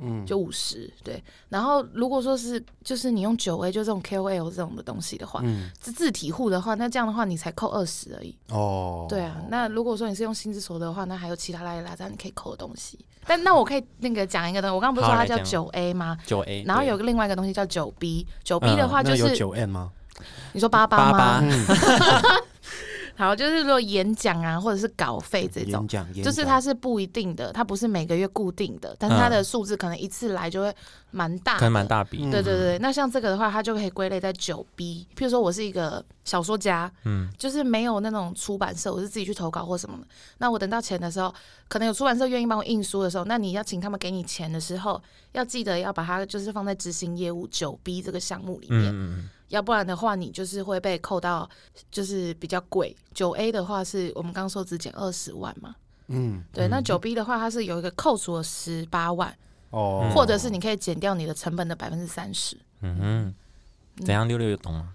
嗯，就五十对。然后如果说是就是你用九 A 就这种 KOL 这种的东西的话，
嗯
是字体户的话，那这样的话你才扣二十而已。
哦，
对啊，那如果说你是用薪资所得的话，那还有其他拉一拉杂你可以扣的东西。但那我可以那个讲一个东西，我刚刚不是
好
说它
来
叫
讲
九 A 吗？
九 A，
然后有个另外一个东西叫九 B，九 B 的
嗯
话就
那有
是、
九 N 吗？
你说八八
八
吗？
八，
好，就是如果演讲啊，或者是稿费这种
演，讲，演
就是
讲
它是不一定的，它不是每个月固定的，但是它的数字可能一次来就会蛮大，嗯
可能蛮。大嗯笔。
对对对，那像这个的话，它就可以归类在九 B。譬如说我是一个小说家，
嗯，
就是没有那种出版社，我是自己去投稿或什么的。那我等到钱的时候，可能有出版社愿意帮我印书的时候，那你要请他们给你钱的时候，要记得要把它就是放在执行业务九 B 这个项目里面。
嗯嗯
要不然的话，你就是会被扣到，就是比较贵。九 A 的话是我们刚刚说只减二十万嘛，
嗯，
对。那九 B 的话，它是有一个扣除了十八万，
哦，
或者是你可以减掉你的成本的百分之三十。
嗯嗯嗯，怎样六六有懂吗？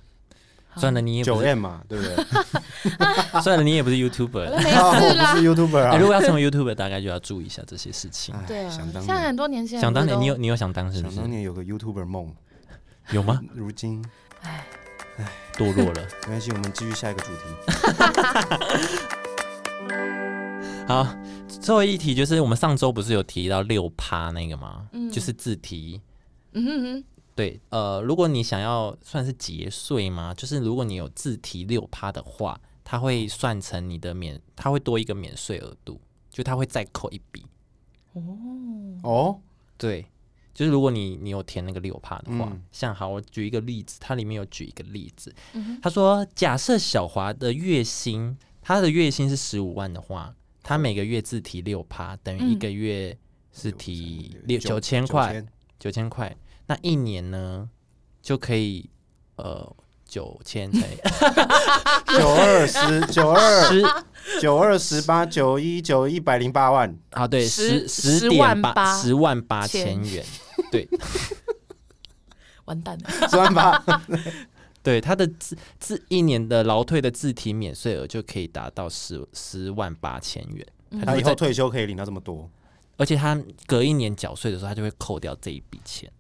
嗯
算了，你也
九
不是，
N 嘛，对不
(laughs)
对？
算了，你也不是 YouTuber。
没
啊
事
我
啦
(laughs)
不，是 YouTuber
哎
啊
如，果要成为 YouTuber，大概就要注意一下这些事情。
哎
对啊。
想当
现在
年，
很多年轻人
想当年，
不
你
是
有
嗯都
你有想当是不
想
是
当？年有个 YouTuber 梦，
有吗？
如今
堕落了。
没关系，我们继续下一个主题。
好，最后一题就是我们上周不是有提到六趴那个吗？就是自提。
嗯哼哼，
对，呃，如果你想要算是节税吗？就是如果你有自提六趴的话，它会算成你的免，它会多一个免税额度，就它会再扣一笔。嗯
哦，
对，就是如果你你有填那个六趴的话，
嗯
像好，我举一个例子，它里面有举一个例子，
嗯
他说假设小华的月薪，他的月薪是十五万的话，他每个月自提六趴，等于一
嗯
个月是提六九千块，，九千块，那一年呢就可以呃九千
(laughs)
乘以
九二十，九二，
十
九二十八，九一，九一百零八
(laughs)
万，
啊，对，十
十十
十点
万
八
八
十万八千
千
元，对，
完蛋了。
十万八，
对，他的自自一年的劳退的自提免税额就可以达到十十万八千元，
他
嗯
他
以
就
后
会在
退休可以领到这么多。
而且他隔一年缴税的时候，他就会扣掉这一笔钱，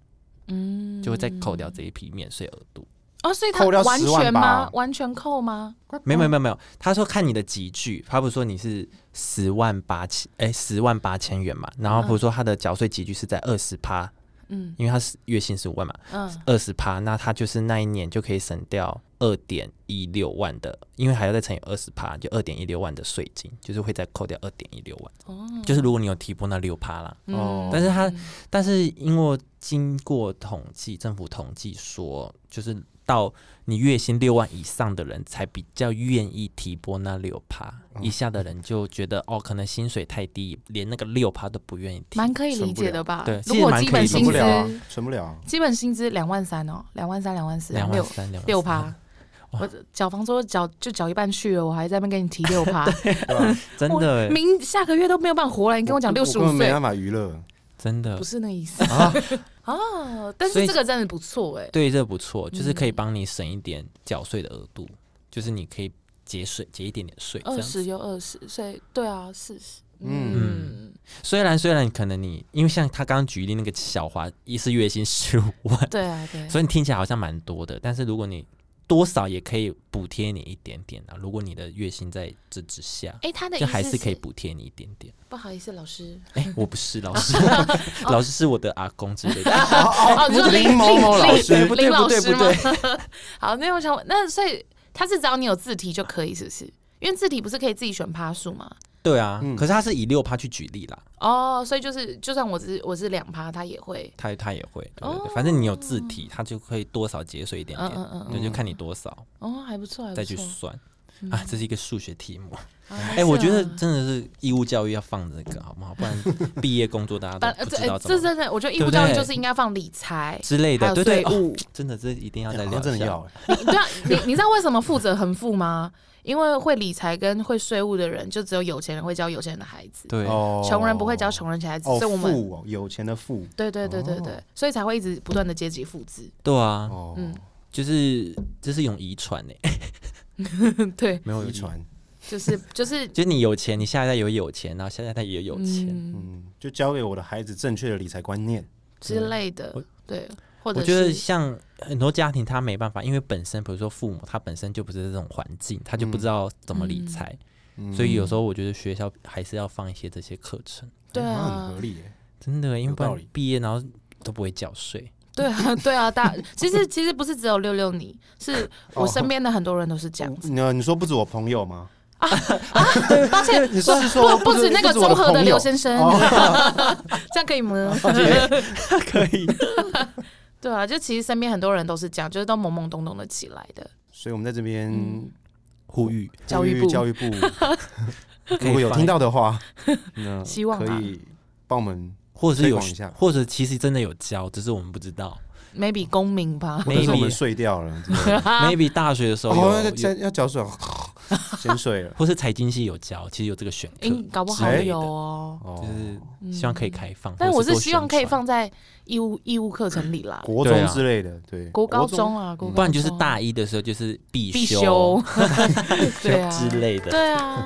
嗯，
就会再扣掉这一笔免税额度。
哦，所以他
扣掉
完
10万
全
吧
吗？完全扣吗？
没有没有没有没有，他说看你的集聚，他不是说你是十万八千哎十万八千元嘛，然后不是说他的缴税集聚是在二十趴，
嗯
因为他是月薪十五万嘛，
嗯，
二十趴，那他就是那一年就可以省掉二点一六万的，因为还要再乘以二十趴，就二点一六万的税金，就是会再扣掉二点一六万。
哦，嗯
就是如果你有提拨那六趴啦，
哦
但是他但是因为经过统计，政府统计说，就是到你月薪六万以上的人才比较愿意提拨那六趴，以下的人就觉得哦，可能薪水太低，连那个六趴都不愿意提。
蛮可以理
存不
解
了
的吧？
对其
如
实
果
蛮
基
可以
本
理
存
哎薪
不
解
资
了啊，存不了啊。
基本薪资两万三哦，两万三，两万四，
两
六
万三，两万
六
三
趴。我缴房租缴就缴一半去了，我还在那边跟你提六
(laughs)
趴，
真
我
的欸
明下个月都没有办法活了。你跟我讲
根
六十
根
五
本没
岁
办，法娱乐。
真的
不是那意思
啊
(laughs) 哦。但
所
是
以
这个真的不错哎，
对，这不错，就是
嗯
可以帮你省一点缴税的额度，就是你可以节税节一点点税，这
二
样子
十又二十，所以对啊，四十。
嗯
嗯，
虽然虽然可能你，因为像他刚刚举例那个小华，一次月薪十五万，
对啊，对，
所以你听起来好像蛮多的，但是如果你多少也可以补贴你一点点啊，如果你的月薪在这之下，
哎，他的意
就
思
还是可以补贴你一点点。
不好意思，老师，
哎、我不是老
(laughs)
师，老师是我的阿公之类的。
哦，你说
林某某老师
林
不对
林老
不对
师
不对
吗？ (laughs) 好，那我想问，那所以他是只要你有字体就可以，是不是？因为字体不是可以自己选趴数吗？
对啊，可是他是以六趴去举例啦，
哦，所以就是，就算我只我是两趴，他也会。
他他也会，对对对，反正你有字体，他就可以多少节税一点点，
哦嗯嗯
对，就看你多少
哦，还不错，还不
再去
错。
算。啊，这是一个数学题目。
啊
哎、
没事
我觉得
啊
真的是义务教育要放这个好不好？不然毕业工作大家
本
都不
这
知道
哎
怎么
这真的，我觉得义
对
务
不
教育
对
就是应该放理财。
之类
还
的，
有
对对
税
哦
务，
真的这一定要
好
再
像
聊一下。
真的要欸
(laughs) 对啊，你你知道为什么负责很富吗？因为会理财跟会税务的人，就只有有钱人会教有钱人的孩子，
对，
哦
穷人不会教穷人的孩子，
哦
所以我们
富哦，有钱的富
对对对对对，
哦
所以才会一直不断的阶级复制。 (laughs)
对啊，
哦，
嗯，
就是这是一种遗传欸呢，
对，
没有
遗，传，
就是就是
(laughs) 就是你有钱，你下一代也会有钱，然后下一代也有钱。
嗯
嗯，就教给我的孩子正确的理财观念。
之类的
我，
对，或者
我觉得
是
像很多家庭，他没办法，因为本身比如说父母他本身就不是这种环境，他就
嗯
不知道怎么理财，所
嗯
以有时候我觉得学校还是要放一些这些课程，
对
好像
啊
哎很合，理耶。
真的，因为
有
不
道
然
理
毕业然后都不会缴税。
对啊， (laughs) 对啊，大其实其实不是只有六六你，是
哦
我身边的很多人都是这样子。
那你说不止我朋友吗？
哦
抱歉，
你说
不
是说
不不止那个
不止我
综
的
合的
朋友
刘先生，这样可
(laughs)
以吗？ (laughs)
可以，
对啊，就其实身边很多人都是这样，就是都懵懵懂懂的起来的。嗯
所以我们在这边
嗯呼吁
教
呼
育部
吁教
(laughs)
育部，
可
如果
以
有
放
听到的话，那
希望
可
吧
以帮我们
或者是
推
有
广一下，
或者其实真的有教，只是我们不知道。
maybe 公民吧，
或者是我
Maybe
们睡掉了之类的，
(laughs)
啊
maybe 大学的时候有，
哦，要 (laughs)
有
要要缴水，先睡了。
或是财经系有教，其实有这个选课之类
(laughs) 应
的，
搞不好有哦。
哦
就，是希望可以开放，
但
或
我
者是
是
多
希望可以
宣传，
放在义务义务课程里啦，
国
对
中
啊
之类的，对，
国高中啊，国高中
不然就是大一的时候就是必
必
修
修， (laughs) 对啊
之类的。
对啊，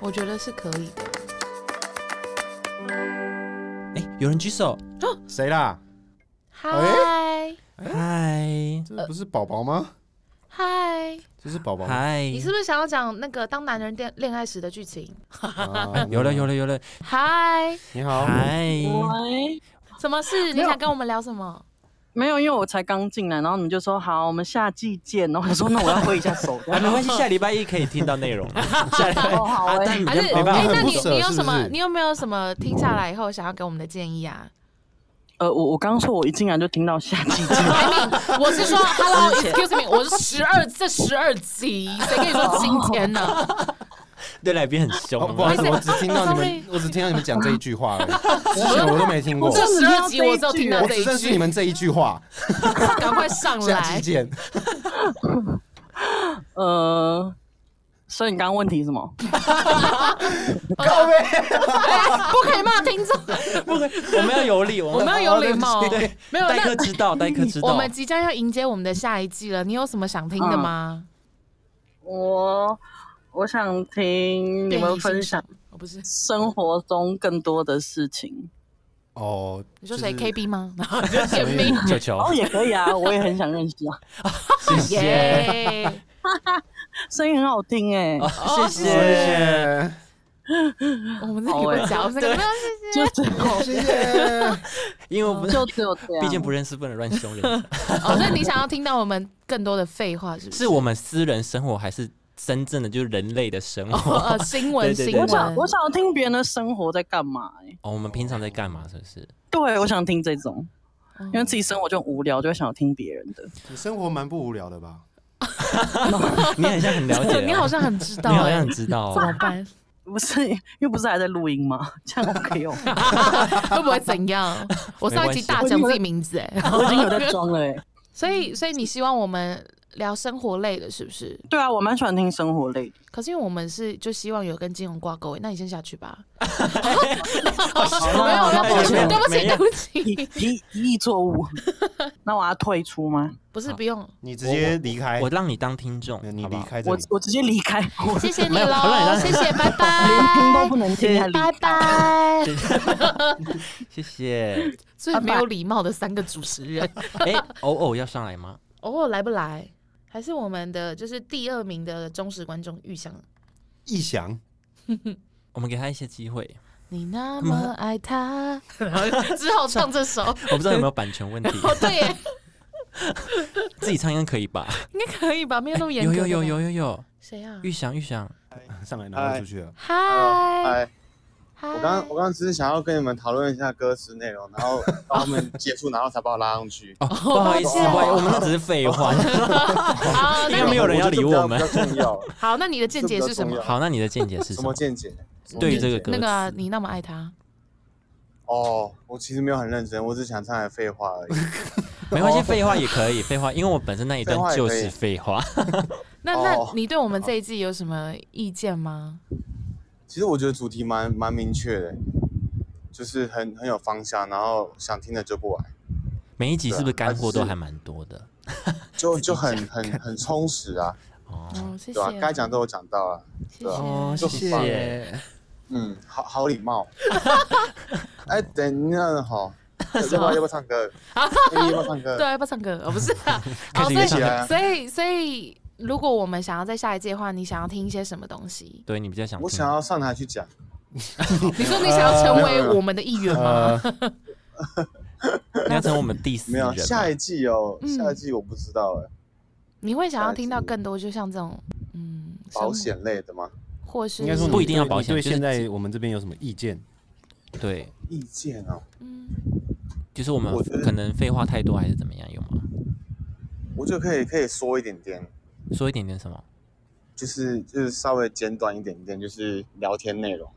我觉得是可以的。
哎，有人举手，
谁啦？
嗨
嗨
这不是宝宝吗？
嗨，
这是宝宝吗
嗨，
你是不是想要讲那个当男人恋恋爱时的剧情？
啊
有了有了有了，
嗨，
你好，
嗨，
喂，
什么事？你
没有
想跟我们聊什么？
没有，因为我才刚进来，然后你们就说好，我们下季见。 (laughs) 然后我说那我要挥一下 (laughs) 手。
啊，没关系，下礼拜一可以听到内容了，下礼拜
哦好
啊
哎，
但
还是
没
哎，
办法，
那
很不
你
舍
你有
是不
什么？
是
你有没有什么听下来以后想要给我们的建议啊？
呃，我我刚说，我一进来就听到下 (laughs) 季见。
我是说，Hello，Excuse me，我是十二这十二集，谁跟你说今天呢？
对来宾很凶
哦，不好意思，
哎
我只听到你们
sorry，
我只听到你们讲这一句话而
(laughs)
已，之前我都没听过，
这
真的
十二集
要这一
我只有听到
我
这一
只认识
句
你，们这一句
(laughs)
话，
赶快上
下期
来。 (laughs)
见。
呃，所以你刚刚问题是什么？
哎不可以骂听众，
不可以， (laughs) 我们要有礼，我
我们要有礼貌。
对，
没有
代
那
课知
(laughs)
道，代课知道，
我们即将要迎接我们的下一季了，你有什么想听的吗？
我我想听你们分享
哦，不是，
生活中更多的事情。
哦，
你说
就
谁
是
KB 吗？然后就点名，
球球
哦，，也可以啊，我也很想认 (laughs) 识啊，
谢
(laughs)
谢，
耶！
声音很好听哎、
哦谢谢。
耶
(laughs) 我们在给我讲，我们在给我讲，
就只有
谢谢， (laughs)
因为我不
就只有这样。
毕竟不认识，不能乱凶人。
哦，所以你想要听到我们更多的废话，是不 (laughs)
是我们私人生活，还是真正的就是人类的生活？
呃，新闻
对对对
新闻
我，想我想要听别人的生活在干嘛哎、
哦，我们平常在干嘛？是不是？
对，我想听这种，因为自己生活就很无聊，就会想要听别人的。
你生活蛮不无聊的吧？
你好像很了解哦，
(laughs) 你好像很知道，
你好像
哎
很知道
怎么
哦。
办？ (laughs)
不是， (laughs) 因为不是还在录音吗？这样 OK
(laughs)
哦，
会不会怎样？ (laughs) 我上一集大讲自己名字，哎，
我已经有在装了哎、
所以所以你希望我们聊生活类的，是不是？
对啊，我蛮喜欢听生活类的。
可是因为我们是就希望有跟金融挂钩，欸那你先下去吧。 (laughs)
好
没有，那
那
不
我
起，
没有
对不
没有
起，对
一
不起， (laughs)
一一意错误，那我要退出
(laughs)
吗？
不是不用，
你直接离开
我，让你当听众，
没有你
好不
离
好？
开这
我
里。
我直接离
(laughs)
开，我
谢谢你
没有好了
喽，谢
你
谢，拜
连听都不
拜，
能听，啊还离
拜拜。
谢谢。
最没有礼貌的三个主持人，
哎，偶偶要上来吗？
(laughs) 偶尔来不来？还是我们的就是第二名的忠实观众玉祥，
异翔，
我们给他一些机会。
你那么爱 (laughs) 他，然后只好唱这 (laughs) 首。
我不知道有没有版权
(laughs)
问题，
哦，哦对耶，
自己唱应该可以吧？
应该可以吧？没有那么严
有
格。
有有有，有有，
谁啊？
玉祥玉祥，
(laughs) 上来拿他出去了。
嗨
哎，
哦嗨，
我刚我刚刚只是想要跟你们讨论一下歌词内容，然
(laughs)
后把他们结束，然后才把我拉上去。
哦，不好意思，
抱歉
不好意思，我们那
哦
只是废
(laughs)
话。
好，
因为
那
(laughs) 没
你
有人要理我们
我觉得这比较比较
(laughs)
重要。
好，那你的见解是什
这比较重
么
要？
好，那你的见解是
什
什
么
么？
见解？什么
对于
见
这
解
个歌
那个啊
词
你那么爱他，
哦，我其实没有很认真，我只想唱点废话
(laughs)
而已。
没关系，废话也可以，废话，因为我本身那一段就
哦废话也可
是
以啊
废话。
那那
哦
你对我们这一季有什么意见吗？
其实我觉得主题蛮蛮明确的，就是很很有方向，然后想听的就过来，
每一集是不是干货
对
都
啊
还蛮多的？
就就很
(laughs)
很很充实啊，
哦
哦，谢
对
谢
吧、，该讲都有讲到啊，
谢
对啊
哦，
谢。
谢
就很棒
谢。
嗯，好好礼
(laughs)
貌。哎，等一下哈，要不要要不要唱
(laughs)
歌？你要不要唱 (laughs) 歌？
对，不唱歌，哦，不是啊，
开始
哦，所
一个
以
唱
起来啊
所以所以，如果我们想要在下一季的话，你想要听一些什么东
(laughs)
西？
对你比较
啊
想听，
嗯
我想要上台去讲，
你说你想
呃
要成为我们的一员吗？
你要成为我们第四
没
人
有啊
吗。
下一季哦，
嗯
下一季我不知道哎，
你会想要听到更多，就像这种，嗯，生活
呃保险类的吗？
或是
(laughs) 应该说你
不一定要
对
保
你
险就
对
是
现在我们这边有什么意见？
对，
意见哦，
嗯，
就是我们
我觉得
可能废话太多还是怎么样，有吗？
我觉得可以可以说一点点，
说一点点什么？
就是就是稍微简短一点点，就是聊天内容。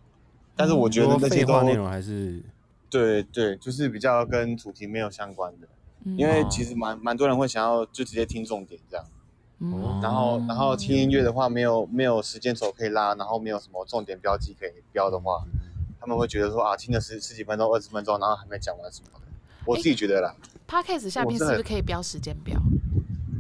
但是我觉得
嗯说
那些
废
都
话内容还是
对对，就是比较跟主题没有相关的，
嗯
因为
哦
其实蛮蛮多人会想要就直接听重点这样。
哦
嗯
哦然后然
哦
后听音乐的话，没有没有时间轴可以拉，然后没有什么重点标记可以标的话，
嗯
他们会觉得说啊，听了十十几分钟、二十分钟，然后还没讲完什么的。
哎
我自己觉得啦，
podcast 下面
我
是
真
不
的
是可以标时间表？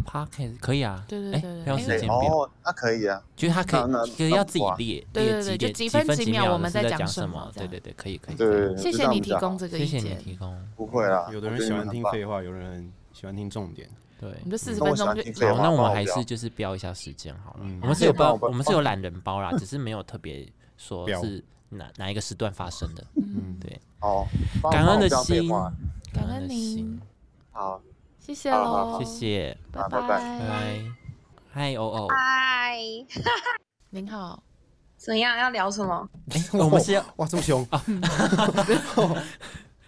podcast 可以啊，
对对
哎
对对
不要
哎
时
对
间表，
哦，那可以啊，
就是他可
那那
以，可以要自己列
对
列
对对
几点
就几
分
分几秒
秒
我们
是在
在讲
什
什么这
对
样
对对，可以可以。
对
可以
对，对
谢
这
谢
样
你
比
提
较
供
好
这个
谢
意
谢你
见。
提供。
不会啦，
有的
啊
人
我觉得
喜
你
欢听
们很棒
废话，有的人喜欢听重点。
对，
我们就四十
那
分
我
钟
想
就
听废
好，
话
那我
帮
们
我
还
标
是就是标一下时间好了。
嗯
我们是有
可以帮
包，
我标
我们是有懒人包啦，只是没有特别说
标
是哪哪一个时段发生的。
嗯，
对，
哦，帮我
感恩的
帮我标废
心
话，
感
感
恩
恩
的
您
心，
好，
谢谢
好好
喽
好，
谢，谢，
拜
啊拜拜
拜哦拜，嗨欧欧，
啊
嗨，
您好，
怎样？要聊什么？
哎，我们是
(laughs)
要
哇这么凶，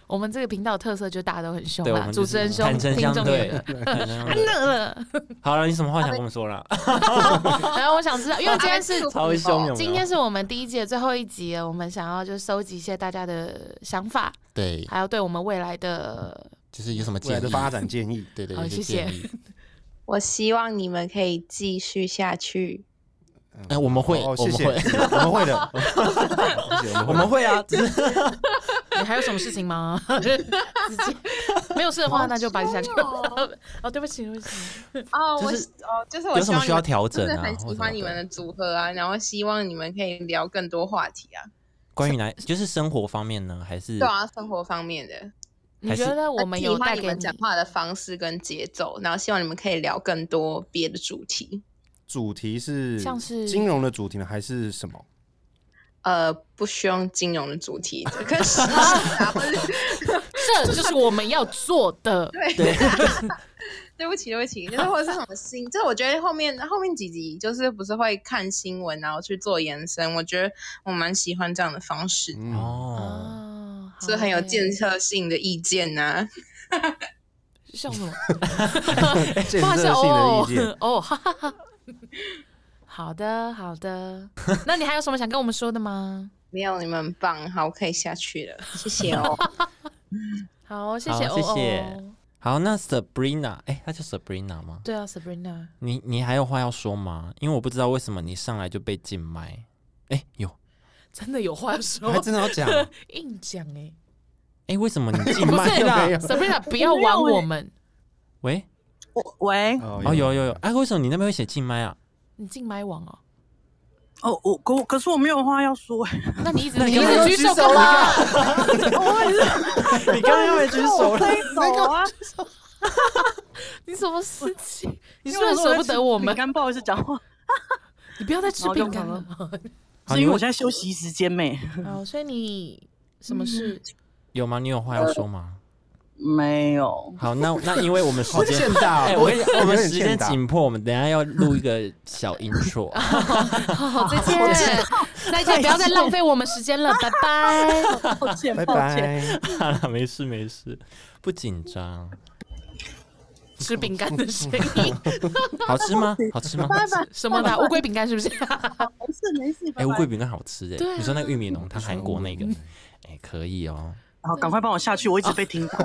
我们这个频道的特色就大家都很凶
对，我
啦，
们
主
就是
持人凶，
坦诚
听
相
众
对
也很，
坦诚相对。 (laughs) 好了，你什么话想跟我们说啦？
(laughs) 然后我想知道，因为今天是
超凶有没有？
今天是我们第一季的最后一集了，我们想要就是收集一些大家的想法，
对，
还有对我们未来的，
就是有什么
未来
建
的
议？
发展建议。
对对
好
对，
谢谢
建议。
我希望你们可以继续下去。
哎，我们会，
哦，
我
谢
们
谢，
会，
我们会的，谢谢我
我
们
们
会。
会
(laughs)
啊，只是
(laughs) 你还有什么事情吗？ (laughs) 直接没有事的话，那就把你下去。 (laughs) 哦，对不起，对不起，
哦，
就
我
是
哦，就是我
有什么需要
希望你们
调整
就是
啊？
很
或
喜
什么
欢你
的
们的组合啊，然后希望你们可以聊更多话题啊，
关于哪？就是生活方面呢，还是
对啊，生活方面的。
你觉得我们有
喜欢
带
你
给
们
你
讲话的方式跟节奏，然后希望你们可以聊更多别的主题。
主题是
像是
金融的主题呢，还是什么？
呃，不需要金融的主题，可
(laughs)
是啊，或是
这就是我们要做的。
(laughs) 对不起，对不起，就是或者是什么新，就是我觉得后面后面几集就是不是会看新闻，然后去做延伸，我觉得我蛮喜欢这样的方式，
嗯，
哦，
哦，好
是很有
欸
建设性的意见啊呐、
像什么？
建
不好意
设
思
性的意见
哦。 (laughs) 哦，哈哈哈。好的，好的。那你还有什么想跟我们说的吗？
没有你们很 (laughs) 棒，好，我可以下去了，谢谢哦。
好，谢谢哦
好
欧
谢
欧
谢好，那 Sabrina，哎、她叫 Sabrina 吗？
对啊，Sabrina，
你你还有话要说吗？因为我不知道为什么你上来就被禁麦。哎、有，
真的有话要说
还，真的要
(laughs)
讲，
硬讲哎、
哎、为什么你禁
不
麦
是
了？
啦，Sabrina 不要玩我们，
喂，
我喂，
(laughs) 哦，有有有，哎、为什么你那边会写禁麦啊？
你进麦网哦，
哦，我可可是我没有话要说，欸
(laughs) 那你一直
那
你
你
一
干嘛
直
要
举
举
手
手
干嘛
啊？
我也是，
你刚刚也举手
(laughs)
(laughs)
了，
我飞走啊！
你什么事情？ (laughs) 你
因
是
为
不是
说
舍
我
不
在
得
吃
我
饼
们？
干不好意思讲话，
你不要再吃
然后就
饼干
跑
了
了。
好
是因
你
为我
问
现在休息时间没
哦，所以你什么事？
有吗？你有话要说吗？
没有。
好，那那因为我们时间
欠，打
哎、我跟你讲，我们时
有
间
点欠打
紧迫，我们等一下要录一个小 intro。啊
嗯好，再见，再见，不要再浪费我们时间了，拜拜。
抱歉，
拜
抱
拜。
歉。
(laughs) 好了，没事没事，不紧张。
(laughs) 吃饼干的声音，
好吃吗？好吃吗？
(laughs) 什 (laughs) 么的乌龟饼干是不是？
没事没事，
哎、
拜
乌
拜
龟饼干好吃哎、
对啊
你说那个玉米浓汤，韩国那个，哎、可以哦。
好，赶快帮我下去，我一直被听
(laughs)
到。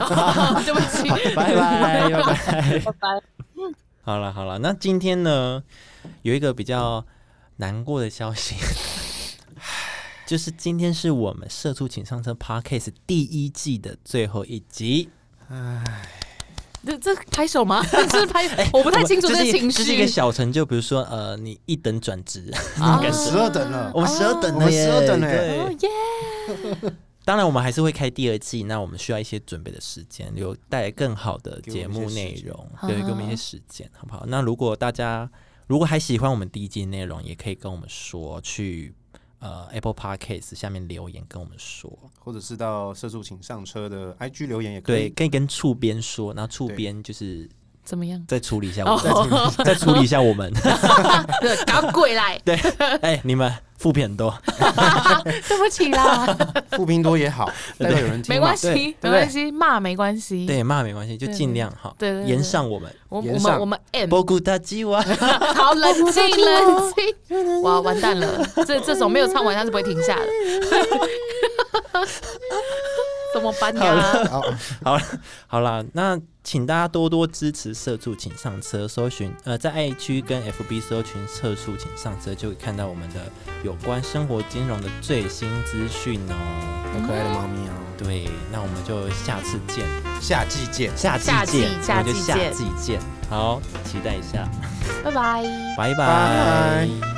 对不起，
拜拜拜拜。
拜拜。
好了好了，那今天呢有一个比较难过的消息，就是今天是我们《社畜请上车》Podcast 第一季的最后一集。
(laughs) 这这拍手吗？ (laughs) 这是拍，哎我不太清楚
这
个
是一
情
这是一个
绪。
小成就，比如说呃，你一等转职，
啊
感
十二等了，
我们十二等
我
了
们
耶，
12等了
对
哦耶！
当然，我们还是会开第二季，那我们需要一些准备的时间，有带来更好的节目内容，
给我们一些时间
对，给我们一些时间，好不好？那如果大家如果还喜欢我们第一季的内容，也可以跟我们说，去呃 Apple Podcast 下面留言跟我们说，
或者是到社畜请上车的 IG 留言也可
对，
以。
可以跟触边说，然后触边就是
怎么样？
再处理一下我们，
哦，
再处理一下我
(laughs)
们，
搞鬼来！
对，哎、你们负片很
哎
多，
对不起啦，
富拼多
(laughs)
也好，代表有人听嘛，
没关
对对
系，没
不
关
对？
系，骂没关系。，
对，骂没关系，就尽量哈，
对对对对嗯
延上我们，
我我
言
们
上
我们 M
波古大吉哇，
好冷静冷静，哇完蛋了，这这首没有唱完他是不会停下的，怎么办呀？
好，
(laughs) 好了，好了，那请大家多多支持社畜，请上车搜寻，呃，在 i 区跟 FB 搜寻社畜，请上车就会看到我们的有关生活金融的最新资讯哦。
有可爱的猫咪哦，
对，那我们就下次见，
夏季见。
下季
下季
见，
下
我们就
季
下
见
季见，好，期待一下，
拜拜。
拜拜。
拜